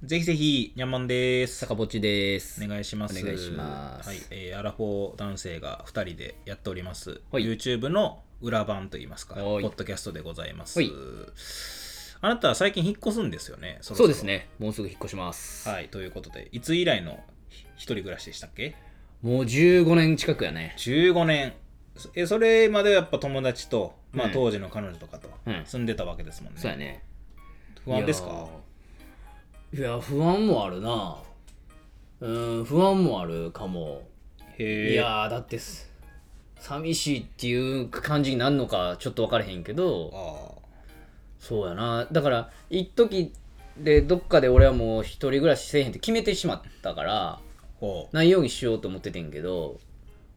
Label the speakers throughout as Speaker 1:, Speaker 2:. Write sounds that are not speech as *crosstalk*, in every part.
Speaker 1: ぜひぜひ、にゃんまんです。
Speaker 2: 坂ぼっちです。
Speaker 1: お願いします。
Speaker 2: お願いします
Speaker 1: はい、えーアラフォー男性が2人でやっております。
Speaker 2: はい
Speaker 1: YouTube の裏版といいますか、ポ
Speaker 2: はい
Speaker 1: ッドキャストでございます
Speaker 2: はい。
Speaker 1: あなたは最近引っ越すんですよね。そろそ
Speaker 2: そ
Speaker 1: ろ
Speaker 2: うです。ね。もうすぐ引っ越します。
Speaker 1: はい、ということで、いつ以来の一人暮らしでしたっけ
Speaker 2: もう15年近くやね。
Speaker 1: 15年そえそれまではやっぱ友達と、まあ、
Speaker 2: うん
Speaker 1: 当時の彼女とかと
Speaker 2: うん
Speaker 1: 住んでたわけですもんね、
Speaker 2: そうやね。
Speaker 1: 不安ですか
Speaker 2: いやーいや、不安もあるな。うーん、不安もあるかも。
Speaker 1: へ
Speaker 2: い
Speaker 1: えあ
Speaker 2: やー、だってす、寂しいっていう感じになるのかちょっと分からへんけど、
Speaker 1: あ
Speaker 2: そうやな。だから、一時でどっかで俺はもう一人暮らしせえへんって決めてしまったから、
Speaker 1: ほう
Speaker 2: ないようにしようと思っててんけど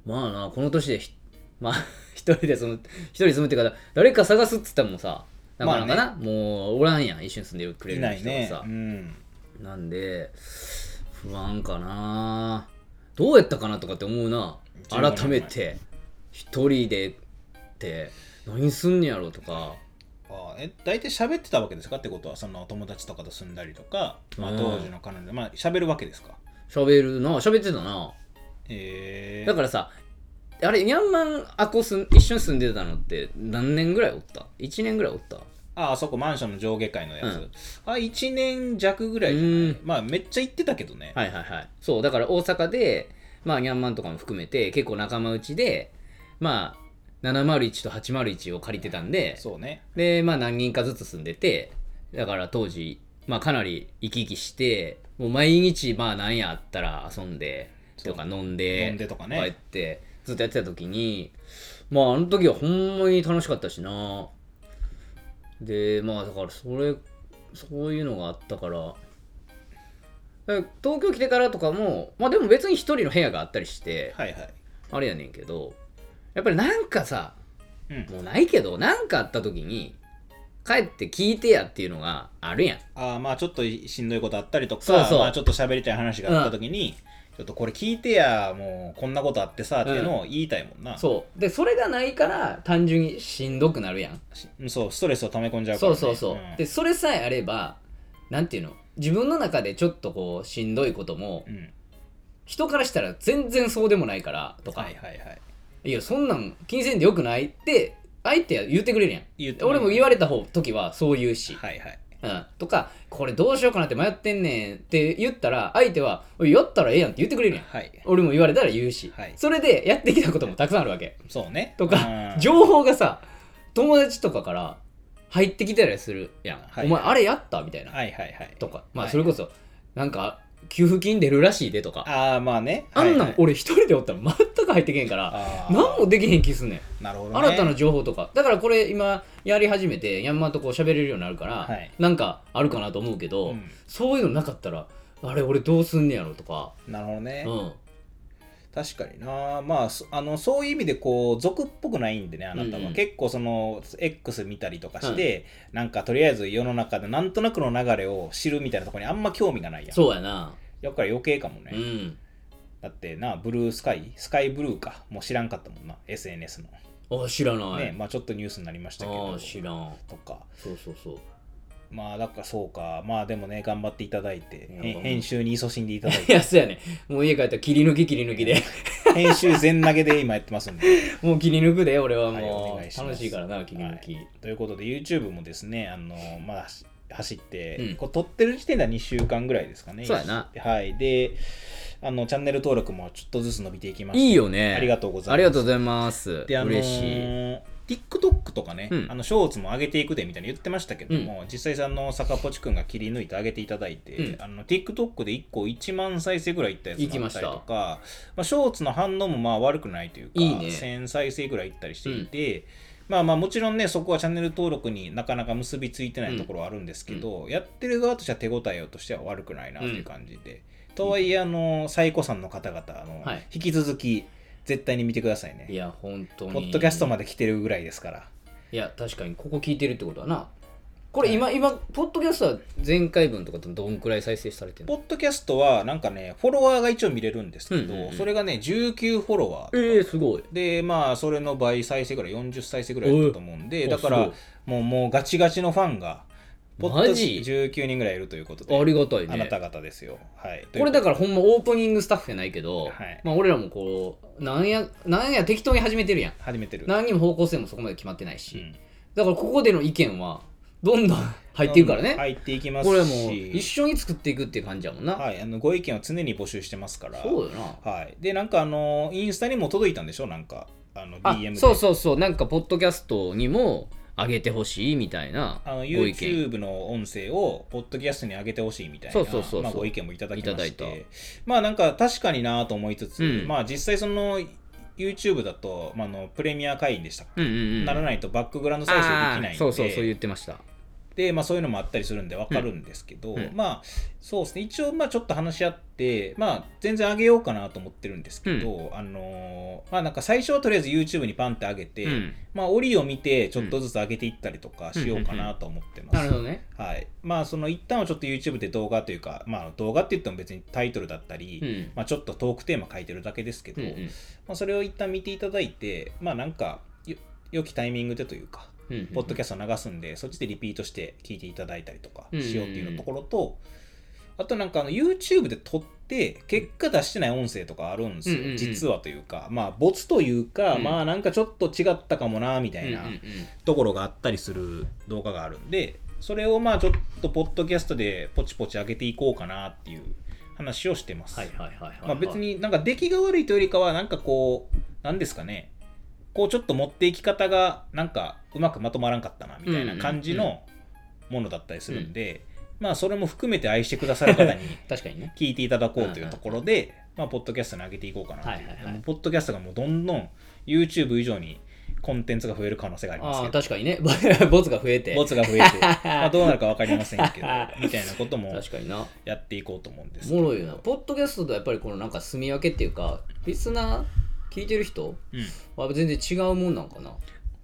Speaker 2: まあなこの年でひ *laughs* まあ一人でその一人住むっていうか誰か探すっつったらもうさなかなかな、もうおらんやん一緒に住んでるくれ
Speaker 1: い
Speaker 2: る人
Speaker 1: な
Speaker 2: が
Speaker 1: いね
Speaker 2: さ
Speaker 1: うん
Speaker 2: なんで不安かなどうやったかなとかって思うな
Speaker 1: 15年
Speaker 2: 改めて一人でって何すんねやろとか
Speaker 1: ああえ大体喋ってたわけですかってことはその友達とかと住んだりとか、まあ、
Speaker 2: うん
Speaker 1: 当時の彼女まあ喋るわけですか
Speaker 2: 喋るな喋ってたな
Speaker 1: へえ
Speaker 2: だからさあれニャンマンアコすん一緒に住んでたのって何年ぐらいおった1年ぐらいおった
Speaker 1: ああそこマンションの上下階のやつ、
Speaker 2: うん
Speaker 1: あ1年弱ぐらいじゃ
Speaker 2: う
Speaker 1: ない
Speaker 2: ん
Speaker 1: まあめっちゃ行ってたけどね、
Speaker 2: はいはいはいそうだから大阪でまあニャンマンとかも含めて結構仲間内でまあ701と801を借りてたんで
Speaker 1: そうね
Speaker 2: でまあ何人かずつ住んでてだから当時まあかなり行き来してもう毎日まあ何やあったら遊んで
Speaker 1: そう
Speaker 2: とか飲んで
Speaker 1: 飲んでとかね
Speaker 2: こうやってずっとやってた時にまああの時はほんまに楽しかったしなでまあだからそれそういうのがあったからだから東京来てからとかもまあでも別に一人の部屋があったりして
Speaker 1: はいはい
Speaker 2: あれやねんけどやっぱりなんかさ
Speaker 1: うん
Speaker 2: もうないけど何かあった時に帰って聞いてやっていうのがあるやん
Speaker 1: あーまあちょっとしんどいことあったりとか
Speaker 2: そうそう
Speaker 1: まあ、ちょっと喋りたい話があった時に、ちょっとこれ聞いてやもうこんなことあってさっていうのを言いたいもんな、
Speaker 2: そうでそれがないから単純にしんどくなるやん
Speaker 1: しそうストレスを溜め込んじゃうか
Speaker 2: そ
Speaker 1: ら、
Speaker 2: う
Speaker 1: ね、
Speaker 2: そうそう、
Speaker 1: ん
Speaker 2: でそれさえあればなんていうの自分の中でちょっとこうしんどいことも
Speaker 1: うん
Speaker 2: 人からしたら全然そうでもないからとか、
Speaker 1: はい
Speaker 2: い、
Speaker 1: はいはい
Speaker 2: やそんなん気にせんでよくないって相手は言ってくれるやん
Speaker 1: 言って
Speaker 2: 俺も言われた方時はそう言うし、
Speaker 1: はいはい
Speaker 2: うん、とかこれどうしようかなって迷ってんねんって言ったら相手は「おいやったらええやん」って言ってくれるやん
Speaker 1: はい
Speaker 2: 俺も言われたら言うし、
Speaker 1: はい
Speaker 2: それでやってきたこともたくさんあるわけ
Speaker 1: そうね
Speaker 2: とか
Speaker 1: うん
Speaker 2: 情報がさ友達とかから入ってきたりするやん、
Speaker 1: はい
Speaker 2: お前あれやったみたいな、
Speaker 1: はいはいはい
Speaker 2: とかまあ
Speaker 1: はい
Speaker 2: それこそなんか給付金出るらしいでとか、
Speaker 1: ああまあね
Speaker 2: あんなん
Speaker 1: はいはい
Speaker 2: 俺一人でおったら全く入ってけんから
Speaker 1: あー
Speaker 2: 何もできへん気すんねん
Speaker 1: なるほど、ね、
Speaker 2: 新たな情報とかだからこれ今やり始めてヤンマンとこう喋れるようになるから、
Speaker 1: はい
Speaker 2: なんかあるかなと思うけど、
Speaker 1: うん
Speaker 2: そういうのなかったらあれ俺どうすんねやろとか、
Speaker 1: なるほどね、
Speaker 2: うん、
Speaker 1: 確かになまあそあのそういう意味でこう俗っぽくないんでねあなたは、
Speaker 2: うんうん
Speaker 1: 結構その X 見たりとかして、なんかとりあえず世の中でなんとなくの流れを知るみたいなところにあんま興味がないやん
Speaker 2: そうやな、
Speaker 1: だから余計かもね、
Speaker 2: うん
Speaker 1: だってなブルースカイスカイブルーかもう知らんかったもんな SNS の、
Speaker 2: あ知らない、
Speaker 1: ねまあちょっとニュースになりましたけ
Speaker 2: あ
Speaker 1: ど
Speaker 2: あ知らん
Speaker 1: とか
Speaker 2: そうそうそう
Speaker 1: まあだからそうかまあでもね頑張っていただいて
Speaker 2: いや
Speaker 1: へん編集に勤しんでいただい
Speaker 2: *laughs* い
Speaker 1: て *laughs*
Speaker 2: やそうやねもう家帰ったら切り抜き切り抜きで
Speaker 1: 編集全投げで今やってますんで
Speaker 2: もう切り抜くで俺は
Speaker 1: はいお
Speaker 2: も
Speaker 1: 願いし
Speaker 2: う
Speaker 1: ます
Speaker 2: 楽しいからな切り抜き、
Speaker 1: はいということで YouTube もですねあのまだ走走って、
Speaker 2: うん
Speaker 1: こう撮ってる時点では2週間ぐらいですかね
Speaker 2: そうやな
Speaker 1: はいであのチャンネル登録もちょっとずつ伸びていきま
Speaker 2: い、
Speaker 1: し
Speaker 2: いよね
Speaker 1: ありがとうございます
Speaker 2: ありがとうございます
Speaker 1: であのー
Speaker 2: 嬉しい
Speaker 1: TikTok とかね、
Speaker 2: うん
Speaker 1: あのショーツも上げていくでみたいに言ってましたけども、実際さあの坂ポチ君が切り抜いて上げていただいて、
Speaker 2: うん
Speaker 1: あの TikTok で1個1万再生ぐらいいったやつ
Speaker 2: 行き
Speaker 1: もあ
Speaker 2: ま
Speaker 1: っ
Speaker 2: したた
Speaker 1: りとかまあ、ショーツの反応もまあ悪くないというか
Speaker 2: いいね
Speaker 1: 1000再生ぐらいいったりしていて、まあまあもちろんねそこはチャンネル登録になかなか結びついてないところはあるんですけど、やってる側としては手応えとしては悪くないなという感じで、とはいえあのサイコさんの方々あの、
Speaker 2: はい
Speaker 1: 引き続き絶対に見てくださいね
Speaker 2: い。や本当に
Speaker 1: ポッドキャストまで来てるぐらいですから。
Speaker 2: いや確かにここ聞いてるってことはなこれ今、今ポッドキャストは前回分とかどんくらい再生されてるの
Speaker 1: ポッドキャストはなんかね、フォロワーが一応見れるんですけど、
Speaker 2: うんうんうん
Speaker 1: それがね、19フォロワー。
Speaker 2: ええすごい
Speaker 1: で、まあ、それの倍再生ぐらい、40再生ぐらいだったと思うんで、
Speaker 2: おい
Speaker 1: だか
Speaker 2: あ
Speaker 1: ら
Speaker 2: す、
Speaker 1: もう、もうガチガチのファンが、ポッド
Speaker 2: マジ
Speaker 1: 19人ぐらいいるということで、
Speaker 2: ありがた
Speaker 1: あ
Speaker 2: い
Speaker 1: な
Speaker 2: ね
Speaker 1: た方ですよ。はい、
Speaker 2: これだ
Speaker 1: か
Speaker 2: からほんまオープニングスタッフじゃないけど、
Speaker 1: はい
Speaker 2: まあ俺らもこうなんやなんや適当に始めてるやん
Speaker 1: ら始めてる。
Speaker 2: 何にも方向性もそこまで決まってないし、
Speaker 1: うん
Speaker 2: だからここでの意見はどんどん入っていくからね、
Speaker 1: 入っていきますし、
Speaker 2: これはもう一緒に作っていくっていう感じやもんな、
Speaker 1: はい、あのご意見を常に募集してますから。
Speaker 2: そうよな
Speaker 1: はい、で、なんかあの、インスタにも届いたんでしょなんか、あの、
Speaker 2: あ
Speaker 1: DM で。
Speaker 2: そうそうそうなんかポッドキャストにも上げてほしいみたいな
Speaker 1: あの
Speaker 2: ご意見
Speaker 1: YouTube の音声をポッドキャストに上げてほしいみたいな
Speaker 2: そうそうそうそう
Speaker 1: まあ、ご意見もいただきまし
Speaker 2: いただい
Speaker 1: てまあなんか確かになと思いつつ、
Speaker 2: うん
Speaker 1: まあ実際その YouTube だと、まあ、あのプレミア会員でしたっけ
Speaker 2: うんうんうん
Speaker 1: ならないとバックグラウンド再生できないん
Speaker 2: あー
Speaker 1: で
Speaker 2: そうそうそう言ってました
Speaker 1: で、まあ、そういうのもあったりするんで分かるんですけど、
Speaker 2: うんうん
Speaker 1: まあそうですね一応まあちょっと話し合って、まあ、全然上げようかなと思ってるんですけど、あのーまあなんか最初はとりあえず YouTube にパンって上げて、
Speaker 2: うん
Speaker 1: まあ折を見てちょっとずつ上げていったりとかしようかなと思ってます。
Speaker 2: なるほどね
Speaker 1: はい、まあその一旦はちょっと YouTube で動画というか、まあ、動画って言っても別にタイトルだったり、
Speaker 2: うん
Speaker 1: まあ、ちょっとトークテーマ書いてるだけですけ
Speaker 2: う
Speaker 1: ど、
Speaker 2: んうん
Speaker 1: まあ、それを一旦見ていただいてまあなんかよ良きタイミングでというか、
Speaker 2: うんうん
Speaker 1: ポッドキャスト流すんでそっちでリピートして聞いていただいたりとか
Speaker 2: うん
Speaker 1: しようっていうところと、あとなんかあの YouTube で撮って結果出してない音声とかあるんですよ、
Speaker 2: うんうんうん
Speaker 1: 実はというかまあボツというか、
Speaker 2: うん
Speaker 1: まあなんかちょっと違ったかもなみたいな。
Speaker 2: うんうんうん
Speaker 1: ところがあったりする動画があるんでそれをまあちょっとポッドキャストでポチポチ上げていこうかなっていう話をしてます、
Speaker 2: はいはいはいはい、はい
Speaker 1: まあ、別になんか出来が悪いというよりかはなんかこうなんですかねこうちょっと持っていき方がなんかうまくまとまらんかったなみたいな感じのものだったりするんで、まあそれも含めて愛してくださる方に
Speaker 2: 確かにね
Speaker 1: 聞いていただこうというところで、まあ、ポッドキャストに上げていこうかなという、
Speaker 2: はいはいはい
Speaker 1: もうポッドキャストがもうどんどん YouTube 以上にコンテンツが増える可能性があります
Speaker 2: あ
Speaker 1: け
Speaker 2: あ
Speaker 1: ど
Speaker 2: 確かにね *laughs* ボツが増えて
Speaker 1: ボツが増え
Speaker 2: *laughs*
Speaker 1: て、まあ、どうなるか分かりませんけどみたいなことも
Speaker 2: 確かにな
Speaker 1: やっていこうと思うんです
Speaker 2: おもろいよなポッドキャストとやっぱりこのなんか住み分けっていうかリスナー聞いてる人
Speaker 1: うん
Speaker 2: は全然違うもんなんかな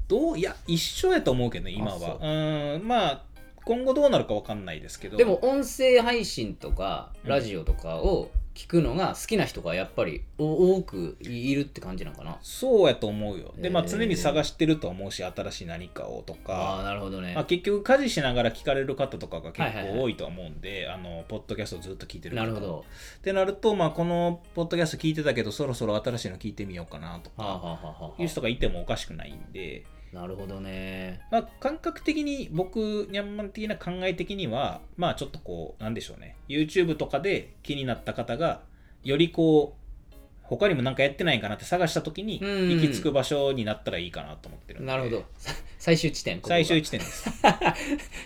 Speaker 1: どういや一緒やと思うけどね今は
Speaker 2: あそう
Speaker 1: うーんまあ今後どうなるか分かんないですけど
Speaker 2: でも音声配信とか
Speaker 1: うん
Speaker 2: ラジオとかを聞くのが好きな人がやっぱりお多くいるって感じなのかな
Speaker 1: そうやと思うよでまあ
Speaker 2: へー
Speaker 1: 常に探してると思うし新しい何かをと
Speaker 2: ああ
Speaker 1: か
Speaker 2: なるほどね
Speaker 1: まあ、結局家事しながら聞かれる方とかが結
Speaker 2: はいはいは
Speaker 1: 構
Speaker 2: い
Speaker 1: 多いとは思うんで、あのポッドキャストをずっと聞いてる方
Speaker 2: なるほど
Speaker 1: ってなると、まあ、このポッドキャスト聞いてたけどそろそろ新しいの聞いてみようかなと
Speaker 2: はあ、は
Speaker 1: か
Speaker 2: あはあはあ
Speaker 1: いう人がいてもおかしくないんで、
Speaker 2: なるほどね
Speaker 1: まあ、感覚的に僕にゃんまん的な考え的にはまあちょっとこうなんでしょうね YouTube とかで気になった方がよりこう他にも何かやってないんかなって探した時に
Speaker 2: うん
Speaker 1: 行き着く場所になったらいいかなと思ってるんで
Speaker 2: なるほどさ *laughs* 最終地点ここが
Speaker 1: 最終地点です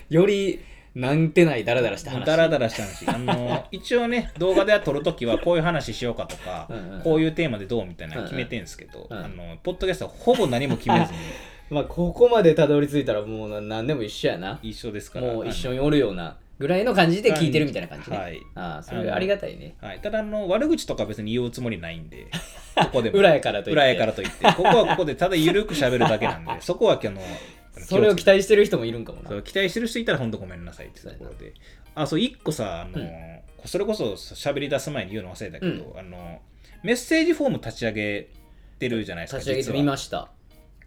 Speaker 2: よりなんてないダラダラした話
Speaker 1: ダラダラした話あ
Speaker 2: *laughs*
Speaker 1: の一応ね動画では撮る時はこういう話しようかとか
Speaker 2: うんうん
Speaker 1: こういうテーマでどうみたいなの決めてんですけど、
Speaker 2: うんうん
Speaker 1: あのポッドキャストはほぼ何も決めずに
Speaker 2: まあここまでたどり着いたらもうな何でも一緒やな
Speaker 1: 一緒ですから
Speaker 2: もう一緒
Speaker 1: に
Speaker 2: におるようなぐらいの感じで聞いてるみたいな感じね、
Speaker 1: はい
Speaker 2: ああそれありがたいね
Speaker 1: はい、ただあの悪口とか別に言うつもりないん
Speaker 2: *laughs*
Speaker 1: でここでも
Speaker 2: 裏やからといって
Speaker 1: 裏やからといって、ここはここでただ緩く喋るだけなん
Speaker 2: *laughs*
Speaker 1: で、そこは今日の、
Speaker 2: それを期
Speaker 1: 待
Speaker 2: 待してる人もいるんかもな
Speaker 1: そう期待してる人いたら本当ごめんなさいってところで。あ、そう、一個さ、あのー、それこそ喋り出す前に言うの忘れたけど、あのー、メッセージフォーム立ち上げてるじゃないですか。
Speaker 2: 立ち上げてみま
Speaker 1: し
Speaker 2: した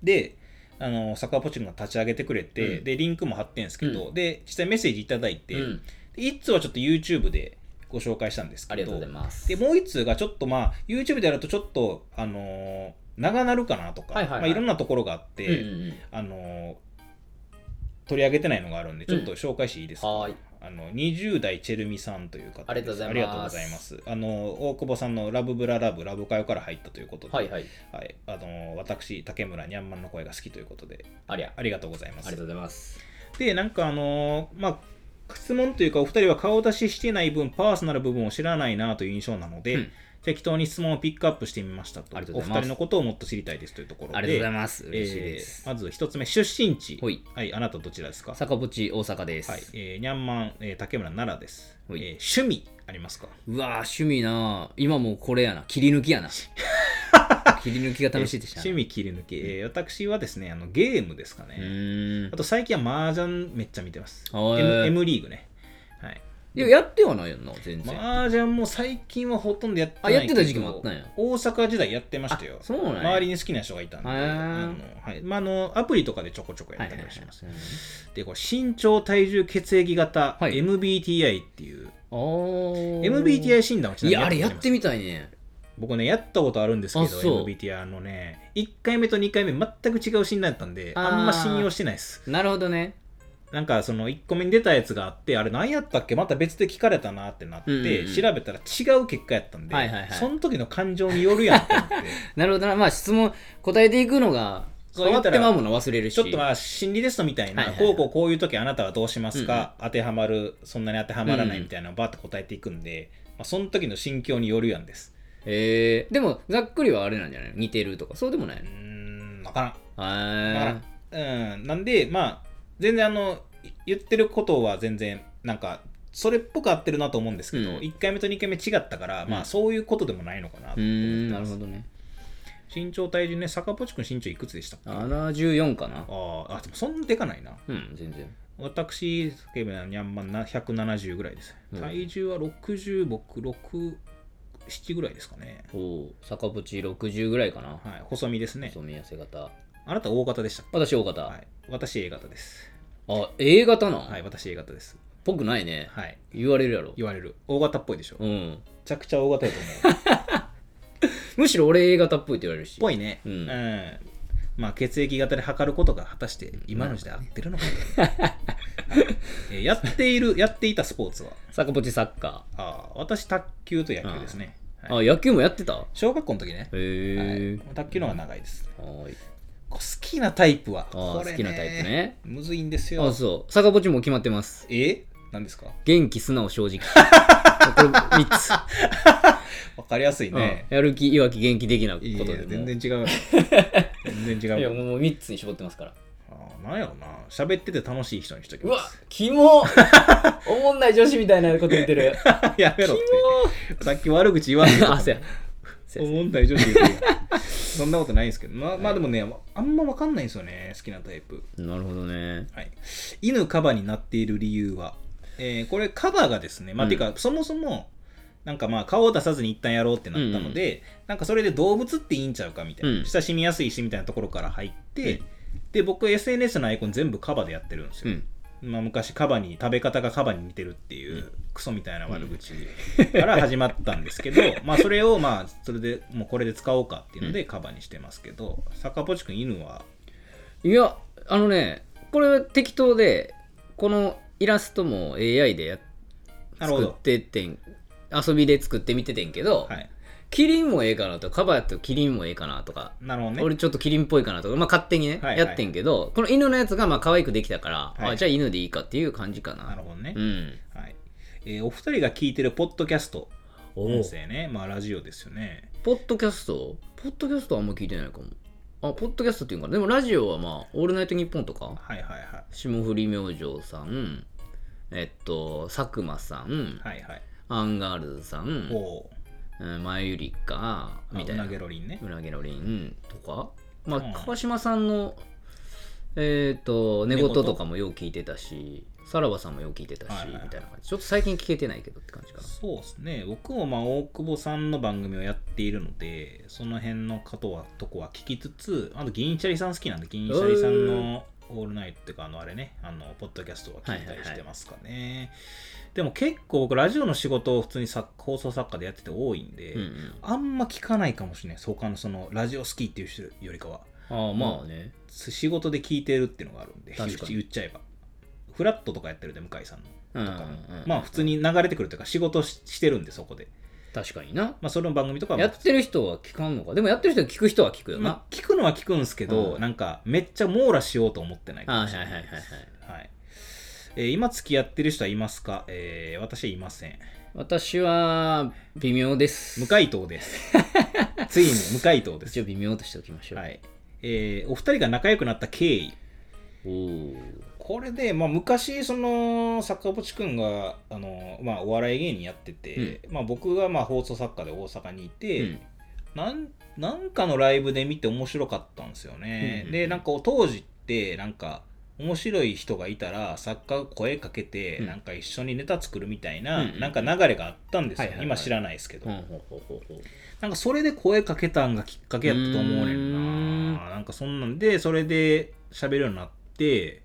Speaker 1: で、あのー、サッカーポチンが立ち上げてくれて、
Speaker 2: うん
Speaker 1: で、リンクも貼ってんですけど、で、実際メッセージいただいて、
Speaker 2: うん、
Speaker 1: で一通はちょっと YouTube でご紹介したんです
Speaker 2: あ
Speaker 1: け
Speaker 2: り
Speaker 1: ど、
Speaker 2: がとうございます
Speaker 1: でもう一通がちょっとまあ YouTube でやるとちょっとあのー長なるかなとか、
Speaker 2: はいはいはい
Speaker 1: まあ、いろんなところがあって、
Speaker 2: うんうんうん
Speaker 1: あのー取り上げてないのがあるんでちょっと紹介していいですか、
Speaker 2: はーい
Speaker 1: あの20代チェルミさんという方です
Speaker 2: ありがとうございます
Speaker 1: ありがとうございますあの大久保さんの「ラブブララブラブ会」から入ったということで、
Speaker 2: はいはい
Speaker 1: はいあのー私竹村にゃんまんの声が好きということで
Speaker 2: ありゃあ
Speaker 1: ありがとうございま
Speaker 2: りがと
Speaker 1: す
Speaker 2: うございます
Speaker 1: でなんかあのーまあ質問というかお二人は顔出ししてない分パーソナル部分を知らないなという印象なので、
Speaker 2: うん
Speaker 1: 適当に質問をピックアップしてみましたと
Speaker 2: ありがとう
Speaker 1: お
Speaker 2: ございます
Speaker 1: 二人のことをもっと知りたいですというところで
Speaker 2: ありがとうございます嬉しい
Speaker 1: え
Speaker 2: です、
Speaker 1: ーまず一つ目出身地
Speaker 2: ほい
Speaker 1: はいあなたどちらですかは
Speaker 2: 坂淵大阪です、
Speaker 1: い、えー、にゃんまん、えー竹村奈良です、え
Speaker 2: ほい
Speaker 1: ー趣味ありますか
Speaker 2: うわー趣味な今もうこれやな切り抜きや *laughs* な切り抜きが楽しいでし
Speaker 1: え
Speaker 2: た
Speaker 1: ー趣
Speaker 2: *laughs*
Speaker 1: 味切り抜き、えー私はですねあのゲームですかね、
Speaker 2: うーん
Speaker 1: あと最近は麻雀めっちゃ見てます
Speaker 2: おー
Speaker 1: M, M リーグねはい
Speaker 2: いややってはないよな全然、
Speaker 1: 麻雀も最近はほとんどやってない
Speaker 2: あやってた時期もあったんや
Speaker 1: 大阪時代やってましたよ
Speaker 2: あそうなんや
Speaker 1: 周りに好きな人がいたんで
Speaker 2: へ
Speaker 1: あ
Speaker 2: ー
Speaker 1: の、はいまあ、あのアプリとかでちょこちょこや
Speaker 2: は
Speaker 1: っ
Speaker 2: い
Speaker 1: た
Speaker 2: はい
Speaker 1: り
Speaker 2: はい
Speaker 1: します、でこれ身長体重血液型、
Speaker 2: はい
Speaker 1: MBTI っていう
Speaker 2: あー
Speaker 1: MBTI 診断をちな
Speaker 2: い
Speaker 1: みに
Speaker 2: やあれや
Speaker 1: やっ
Speaker 2: っててみたいね
Speaker 1: 僕ねやったことあるんですけ
Speaker 2: あそ
Speaker 1: ど
Speaker 2: う
Speaker 1: MBTI あのね1回目と2回目全く違う診断だったんで
Speaker 2: あ
Speaker 1: あ
Speaker 2: ー
Speaker 1: んま信用してないです
Speaker 2: なるほどね
Speaker 1: なんかその1個目に出たやつがあってあれ何やったっけまた別で聞かれたなってなって、
Speaker 2: うんうんうん
Speaker 1: 調べたら違う結果やったんで、
Speaker 2: はいはいはい
Speaker 1: その時の感情によるやん
Speaker 2: *laughs*
Speaker 1: って思って
Speaker 2: なるほどなまあ質問答えていくのが
Speaker 1: そう
Speaker 2: 変わっ
Speaker 1: 言うたら
Speaker 2: てまうもの忘れるし
Speaker 1: ちょっとまあ心理テストみたいな、
Speaker 2: はいはいは
Speaker 1: こ
Speaker 2: い
Speaker 1: うこうこういう時あなたはどうしますか、当てはまるそんなに当てはまらないみたいなのをバッと答えていくんで、まあ、その時の心境によるやんです
Speaker 2: えー、でもざっくりはあれなんじゃない似てるとかそうでもないう
Speaker 1: ー
Speaker 2: の
Speaker 1: ん分からんだ
Speaker 2: は
Speaker 1: からうん、なんで、まあ、全然あの、い言ってることは全然、なんか、それっぽく合ってるなと思うんですけど、
Speaker 2: うん
Speaker 1: 1回目と2回目違ったから、
Speaker 2: ん
Speaker 1: まあ、そういうことでもないのかなと
Speaker 2: い
Speaker 1: 思
Speaker 2: ん
Speaker 1: って
Speaker 2: な
Speaker 1: ま
Speaker 2: る
Speaker 1: す
Speaker 2: ほどね
Speaker 1: 身長、体重ね、坂ポチ君身長いくつでしたっけあ
Speaker 2: 74かな
Speaker 1: ーあ、でもそんなでかないな。
Speaker 2: うん全然
Speaker 1: 私、スケベなニャンマンな170ぐらいです。
Speaker 2: うん
Speaker 1: 体重は60、僕、6、7ぐらいですかね。
Speaker 2: おお坂淵60ぐらいかな
Speaker 1: はい、細身ですね。
Speaker 2: 細見痩せ型
Speaker 1: あなた、大型でしたっ
Speaker 2: 私 O
Speaker 1: け
Speaker 2: 型、
Speaker 1: はい、私、A 型です。
Speaker 2: あ A 型なん、
Speaker 1: はい、私、A 型です。
Speaker 2: ぽくないね
Speaker 1: はい。
Speaker 2: 言われるやろ
Speaker 1: 言われる大型っぽいでしょ、め
Speaker 2: うん
Speaker 1: ちゃくちゃ大型やと思うっ
Speaker 2: むしろ俺 A 型っぽいって言われるし
Speaker 1: ぽいね
Speaker 2: うん
Speaker 1: まあ血液型で測ることが果たして今の時代合ってる
Speaker 2: *laughs*
Speaker 1: のか、えーやっているやっていたスポーツは
Speaker 2: 坂ポチサッカ
Speaker 1: あー私卓球と野球ですね、
Speaker 2: ー、
Speaker 1: はい、
Speaker 2: あ野球もやってた
Speaker 1: 小学校の時ね、
Speaker 2: へえ
Speaker 1: はい卓球の方が長いです
Speaker 2: はーい
Speaker 1: こう好きなタイプは
Speaker 2: あ
Speaker 1: こ
Speaker 2: ー
Speaker 1: れね
Speaker 2: 好きなタイプね
Speaker 1: むずいんです
Speaker 2: あ
Speaker 1: よ
Speaker 2: そう坂ポチも決まってます
Speaker 1: え何ですか
Speaker 2: 元気素直正 *laughs* 直これ3つ、
Speaker 1: わかりやすいね、
Speaker 2: うんやる気いわき元気できなこと
Speaker 1: いやいや
Speaker 2: でも
Speaker 1: 全然
Speaker 2: *laughs*
Speaker 1: 違う全然
Speaker 2: い
Speaker 1: 違
Speaker 2: や
Speaker 1: う
Speaker 2: もう3つに絞ってますから
Speaker 1: あーなんやろな喋ってて楽しい人にしとき
Speaker 2: う
Speaker 1: ま
Speaker 2: わ
Speaker 1: す
Speaker 2: キ *laughs* モおもんない女子みたいなこと言ってる
Speaker 1: *laughs* やめろって。さっき悪口言わん
Speaker 2: *laughs* あ *laughs* そうや
Speaker 1: おもんない女子言うてるやんそんなことないんですけど、まあ、まあでもね、あんまわかんないんですよね、好きなタイプ。
Speaker 2: なるほどね
Speaker 1: はい。犬カバになっている理由は、えーこれカバがですね、まあ、
Speaker 2: うん
Speaker 1: ていうか、そもそも、なんかまあ顔を出さずに一旦やろうってなったので、なんかそれで動物っていいんちゃうかみたいな、
Speaker 2: うん
Speaker 1: 親しみやすいしみたいなところから入って、
Speaker 2: う
Speaker 1: で僕 SNS のアイコン全部カバでやってるんですよ、
Speaker 2: うん
Speaker 1: まあ、昔カバに食べ方がカバに似てるっていうクソみたいな悪口から始まったんです
Speaker 2: *laughs*
Speaker 1: けど、まあそれをまあそれでもうこれで使おうかっていうのでカバにしてますけど、坂ポチ君犬はい
Speaker 2: やあのねこれは適当でこのイラストも AI でやっ
Speaker 1: なるほ
Speaker 2: 作っ
Speaker 1: ど、
Speaker 2: てってん遊びで作ってみててんけど、
Speaker 1: はい、
Speaker 2: キリンもええかなとかカバやとキリンもええかなとか、
Speaker 1: なるほどね
Speaker 2: 俺ちょっとキリンっぽいかなとか、まあ、勝手にね、
Speaker 1: はいはい
Speaker 2: やってんけどこの犬のやつがまあ可愛くできたから、
Speaker 1: はい
Speaker 2: あじゃあ犬でいいかっていう感じかな
Speaker 1: なるほどね、
Speaker 2: うん
Speaker 1: はいえーお二人が聞いてるポッドキャスト
Speaker 2: お
Speaker 1: 音声ねまあラジオですよね
Speaker 2: ポッドキャストポッドキャストはあんま聞いてないかもあポッドキャストっていうのかなでもラジオはまあ「オールナイトニッポン」とか
Speaker 1: はいはいは
Speaker 2: 霜降り明星さんえっと佐久間さん、
Speaker 1: いはいはい
Speaker 2: アンガールズさん
Speaker 1: おお
Speaker 2: うんマユリカ
Speaker 1: ー
Speaker 2: みたいな
Speaker 1: うなげろりんね
Speaker 2: うなげのりんとか、まあ
Speaker 1: うん
Speaker 2: 川島さんの、えっ、と寝言とかもよう聞いてたしさらばさんもよう聞いてたし、
Speaker 1: はいはいはい
Speaker 2: みたいな感じちょっと最近聞けてないけどって感じかな
Speaker 1: そうですね僕もまあ大久保さんの番組をやっているのでその辺のことはとこは聞きつつあと銀シャリさん好きなんで銀シャリさんの「オールナイト」っていうかあのあれねあのポッドキャストは聞いたりしてますかね、でも結構僕ラジオの仕事を普通にさ放送作家でやってて多いんで、
Speaker 2: うんうん
Speaker 1: あんま聞かないかもしれないです他のそのラジオ好きっていう人よりかは
Speaker 2: ああまあね、
Speaker 1: 仕事で聞いてるっていうのがあるんで
Speaker 2: 確かに
Speaker 1: 言っちゃえばフラットとかやってるんで向井さんの
Speaker 2: うんう
Speaker 1: と
Speaker 2: ん
Speaker 1: かも、
Speaker 2: うん
Speaker 1: まあ普通に流れてくるというか仕事ししてるんでそこで
Speaker 2: 確かにな
Speaker 1: まあ、それの番組とかは
Speaker 2: やってる人は聞かんのかでもやってる人は聞く人は聞くよ
Speaker 1: まあ
Speaker 2: な、
Speaker 1: 聞くのは聞くんですけど、
Speaker 2: うん
Speaker 1: なんかめっちゃ網羅しようと思ってないかもしれな
Speaker 2: あはいはい
Speaker 1: で
Speaker 2: はい
Speaker 1: すはいえー今付き合ってる人はいますか、えー私はいません
Speaker 2: 私は微妙です
Speaker 1: 無回答です *laughs* ついに無回答です *laughs*
Speaker 2: 一応微妙としておきましょう、
Speaker 1: はいえーお二人が仲良くなった経緯
Speaker 2: おお
Speaker 1: これで、まあ、昔その坂淵君があの、まあ、お笑い芸人やってて、まあ、僕がまあ放送作家で大阪にいて、なんなんかのライブで見て面白かったんですよね、
Speaker 2: うんうんうん
Speaker 1: でなんか当時ってなんか面白い人がいたら作家が声かけて、
Speaker 2: うん
Speaker 1: なんか一緒にネタ作るみたいな、
Speaker 2: うんうん
Speaker 1: なんか流れがあったんですよ、
Speaker 2: はいはいはい
Speaker 1: 今知らないですけど、
Speaker 2: ほんほんほんほんほん
Speaker 1: なんかそれで声かけたんがきっかけやったと思うね
Speaker 2: うー
Speaker 1: ん
Speaker 2: ん
Speaker 1: ななんかそんなんでそれで喋るようになって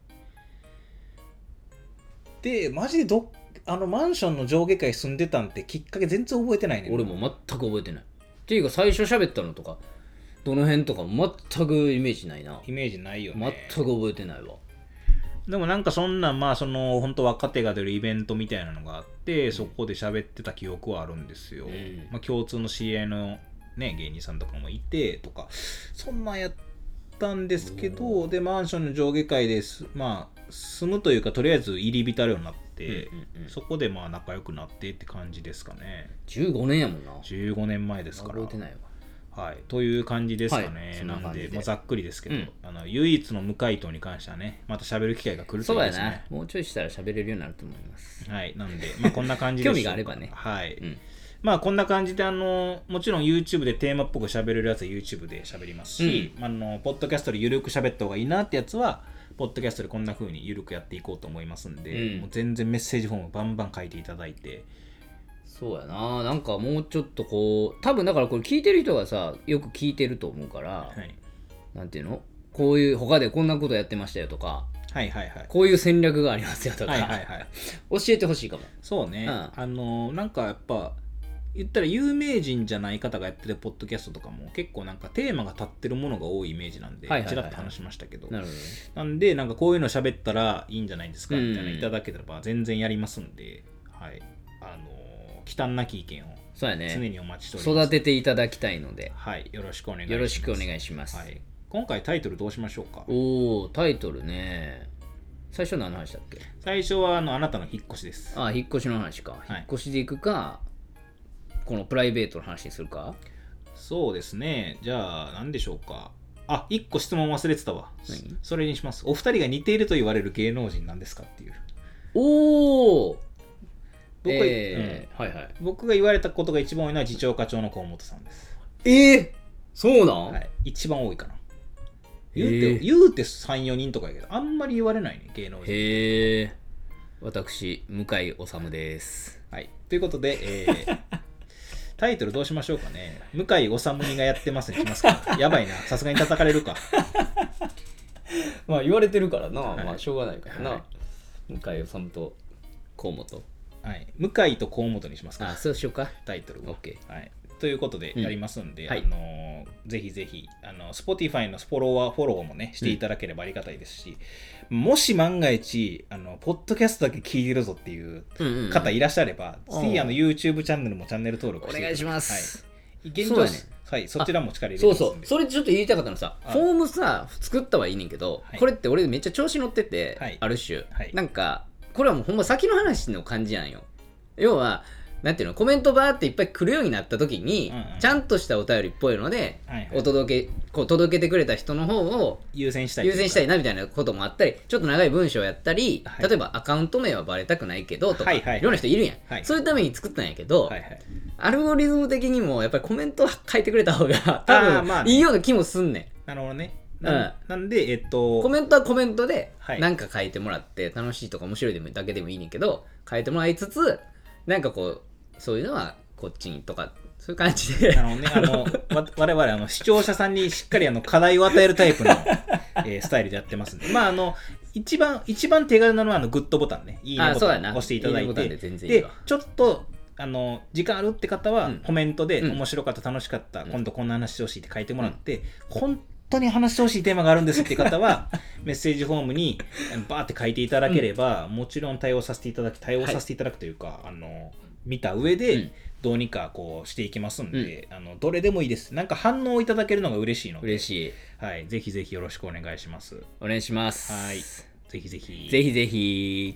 Speaker 1: でマジでどっあのマンションの上下階住んでたんってきっかけ全然覚えてないねん
Speaker 2: 俺も全く覚えてないっていうか最初喋ったのとかどの辺とか全くイメージないな
Speaker 1: イメージないよ
Speaker 2: 全
Speaker 1: ね
Speaker 2: く覚えてないわ
Speaker 1: でもなんかそんなんまあその本当若手が出るイベントみたいなのがあってそこで喋ってた記憶はあるんですよ、
Speaker 2: うん
Speaker 1: まあ、共通の知り合いのね芸人さんとかもいてとかそんなんやったんですけどでマンションの上下階ですまあ住むというかとりあえず入り浸るようになって、
Speaker 2: うんうんうん
Speaker 1: そこでまあ仲良くなってって感じですかね
Speaker 2: 15年やもんな
Speaker 1: 15年前ですから
Speaker 2: 覚えてないわ
Speaker 1: はい、という感じですかね、
Speaker 2: はいそ
Speaker 1: なん
Speaker 2: な感
Speaker 1: ん
Speaker 2: じ
Speaker 1: で
Speaker 2: で
Speaker 1: まあざっくりですけど、
Speaker 2: うん
Speaker 1: あの唯一の無回答に関してはねまた喋る機会が来ると
Speaker 2: そ
Speaker 1: いうい
Speaker 2: や
Speaker 1: です
Speaker 2: な
Speaker 1: ね
Speaker 2: もうちょいしたら喋れるようになると思います
Speaker 1: はい、なんで、まあ、こんな感じでしょうか
Speaker 2: 興味があればね
Speaker 1: はい。
Speaker 2: うん
Speaker 1: まあ、こんな感じで、あの、もちろん YouTube でテーマっぽく喋れるやつは YouTube で喋りますし、あの、ポッドキャストでゆるく喋った方がいいなってやつは、ポッドキャストでこんな風にゆるくやっていこうと思いますんで、
Speaker 2: うん
Speaker 1: もう全然メッセージフォームバンバン書いていただいて、
Speaker 2: そうやななんかもうちょっとこう多分だからこれ聞いてる人がさよく聞いてると思うから、
Speaker 1: はい、
Speaker 2: なんていうのこういう他でこんなことやってましたよとか
Speaker 1: はいはいはい。
Speaker 2: こういう戦略がありますよとか、
Speaker 1: はいはいはい。
Speaker 2: 教えてほしいかも
Speaker 1: そうね、
Speaker 2: うん
Speaker 1: あのなんかやっぱ言ったら有名人じゃない方がやってるポッドキャストとかも結構なんかテーマが立ってるものが多いイメージなんで
Speaker 2: はいはいは
Speaker 1: ち
Speaker 2: い
Speaker 1: らっと話しましたけど
Speaker 2: なるほどね
Speaker 1: なんでなんかこういうの喋ったらいいんじゃないですかみたいな
Speaker 2: うん
Speaker 1: いただければ全然やりますんで、はいあの忌憚なき意見を
Speaker 2: そうやね
Speaker 1: 常にお待ちしております、
Speaker 2: 育てていただきたいので
Speaker 1: はいよろしくお願いします
Speaker 2: よろしくお願いします、
Speaker 1: はい、今回タイトルどうしましょうか
Speaker 2: おおタイトルね最初何の話だっけ
Speaker 1: 最初はあのあなたの引っ越しです
Speaker 2: ああ引っ越しの話か、
Speaker 1: い
Speaker 2: 引っ越しで行くかこのプライベートの話にするか
Speaker 1: そうですね。じゃあ、何でしょうか。あ、一個質問忘れてたわ。そ
Speaker 2: 何
Speaker 1: それにします。お二人が似ていると言われる芸能人なんですかっていう。
Speaker 2: おお
Speaker 1: 僕が,うん、
Speaker 2: えーはいはい
Speaker 1: 僕が言われたことが一番多いのは次長課長の河本さんです。
Speaker 2: ええそうなん、
Speaker 1: はい。一番多いかな。言うて、
Speaker 2: えー
Speaker 1: 言うて3、4人とかやけど、あんまり言われないね、芸能人。
Speaker 2: へえ私向井治です
Speaker 1: はい。ということで、えー *laughs* タイトルどうしましょうかね。向井治がやってますにします
Speaker 2: *laughs*
Speaker 1: か。やばいな。さすがに叩かれるか。
Speaker 2: まあ言われてるからな、
Speaker 1: まあ
Speaker 2: しょうがないから
Speaker 1: な
Speaker 2: 向井治と河本
Speaker 1: はい。向井と河本にします
Speaker 2: あ
Speaker 1: か。
Speaker 2: そうしようか
Speaker 1: タイトルを
Speaker 2: OK
Speaker 1: はい、ということで
Speaker 2: うん
Speaker 1: やりますんで、
Speaker 2: はい
Speaker 1: あのーぜひぜひあの Spotify のフォロワーフォローもねしていただければありがたいですし、もし万が一あのポッドキャストだけ聞いてるぞっていう
Speaker 2: うんうんうん
Speaker 1: 方いらっしゃれば、
Speaker 2: うん
Speaker 1: 次あの YouTube チャンネルもチャンネル登録して
Speaker 2: お願いします、
Speaker 1: はい、現
Speaker 2: そう
Speaker 1: 状
Speaker 2: やね
Speaker 1: はいそちらも力入れて
Speaker 2: そう
Speaker 1: ます
Speaker 2: そ
Speaker 1: んで
Speaker 2: うそれちょっと言いたかったのさ
Speaker 1: あ
Speaker 2: フォームさ作ったはいいねんけど、
Speaker 1: はい
Speaker 2: これって俺めっちゃ調子乗ってて、
Speaker 1: はい
Speaker 2: ある種、
Speaker 1: はい
Speaker 2: なんかこれはもうほんま先の話の感じやんよ要はなんていうのコメントバーっていっぱい来るようになった時に、
Speaker 1: うんうん
Speaker 2: ちゃんとしたお便りっぽいので、
Speaker 1: はいはい
Speaker 2: お届けこう届けてくれた人の方を
Speaker 1: 優先したい
Speaker 2: 優先したい
Speaker 1: な
Speaker 2: なみたいなこともあったりちょっと長い文章やったり、
Speaker 1: はい
Speaker 2: 例えばアカウント名はバレたくないけどとか、
Speaker 1: はい
Speaker 2: い
Speaker 1: はいはい
Speaker 2: ろんな人いるやん、
Speaker 1: はい
Speaker 2: そういうために作ったんやけど、
Speaker 1: はいはい
Speaker 2: アルゴリズム的にもやっぱりコメントは書いてくれた方
Speaker 1: *laughs*
Speaker 2: が多
Speaker 1: あーまあ
Speaker 2: 分
Speaker 1: ね
Speaker 2: いいような気もすんねん。
Speaker 1: なるほどねな,、ん、なんでえっと
Speaker 2: コメントはコメントで
Speaker 1: はい
Speaker 2: なんか書いてもらって楽しいとか面白いでもだけでもいいねんけど書いてもらいつつなんかこうそういうのはこっちにとかそういう感じ
Speaker 1: *laughs*
Speaker 2: で
Speaker 1: あのね、あの、わ我々、あの、視聴者さんにしっかり、あの、課題を与えるタイ
Speaker 2: *laughs*
Speaker 1: プの、えースタイルでやってますんで。まあ、あの、一番、一番手軽なのは、あの、グッドボタンね。いいね
Speaker 2: *laughs* あ
Speaker 1: ボ
Speaker 2: そう
Speaker 1: タ
Speaker 2: や
Speaker 1: ン
Speaker 2: な
Speaker 1: 押していただい
Speaker 2: いいねボタンで
Speaker 1: て。
Speaker 2: 全然いい
Speaker 1: で
Speaker 2: わ、
Speaker 1: ちょっと、あの、時間あるって方は、
Speaker 2: うん
Speaker 1: コメントで、
Speaker 2: うん
Speaker 1: 面白かった、楽しかった、今度こんな話してほしいって書いてもらって、本当に話してほしいテーマがあるんですって方 *laughs* は、メッセージフォームに、あのバーって書いていただければ、もちろん対応させていただき、対応させていただくというか、あの、見た上で、
Speaker 2: うん
Speaker 1: どうにかこうしていきますんで、あのどれでもいいです。なんか反応をいただけるのが嬉しいので、
Speaker 2: 嬉しい
Speaker 1: はい、ぜひぜひよろしくお願いします。
Speaker 2: お願いします
Speaker 1: はい、ぜひぜひ。
Speaker 2: ぜひぜひ